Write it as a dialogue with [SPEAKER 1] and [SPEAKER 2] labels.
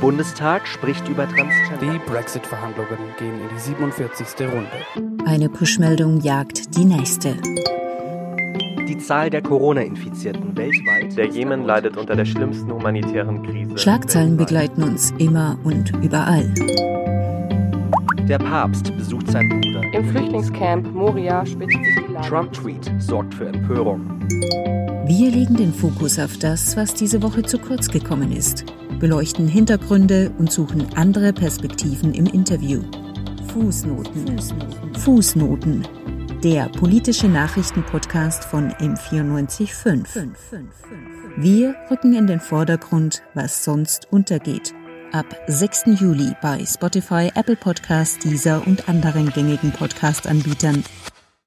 [SPEAKER 1] Bundestag spricht über Transgender.
[SPEAKER 2] Die Brexit-Verhandlungen gehen in die 47. Runde.
[SPEAKER 3] Eine Push-Meldung jagt die nächste.
[SPEAKER 1] Die Zahl der Corona-Infizierten weltweit.
[SPEAKER 4] Der Jemen leidet unter der schlimmsten humanitären Krise.
[SPEAKER 3] Schlagzeilen weltweit. begleiten uns immer und überall.
[SPEAKER 1] Der Papst besucht seinen Bruder.
[SPEAKER 5] Im Flüchtlingscamp Moria spitzt sich die Lage.
[SPEAKER 1] Trump-Tweet sorgt für Empörung.
[SPEAKER 3] Wir legen den Fokus auf das, was diese Woche zu kurz gekommen ist, beleuchten Hintergründe und suchen andere Perspektiven im Interview. Fußnoten. Fußnoten. Fußnoten. Der politische Nachrichtenpodcast von M945. Wir rücken in den Vordergrund, was sonst untergeht. Ab 6. Juli bei Spotify, Apple Podcasts, Deezer und anderen gängigen Podcast-Anbietern.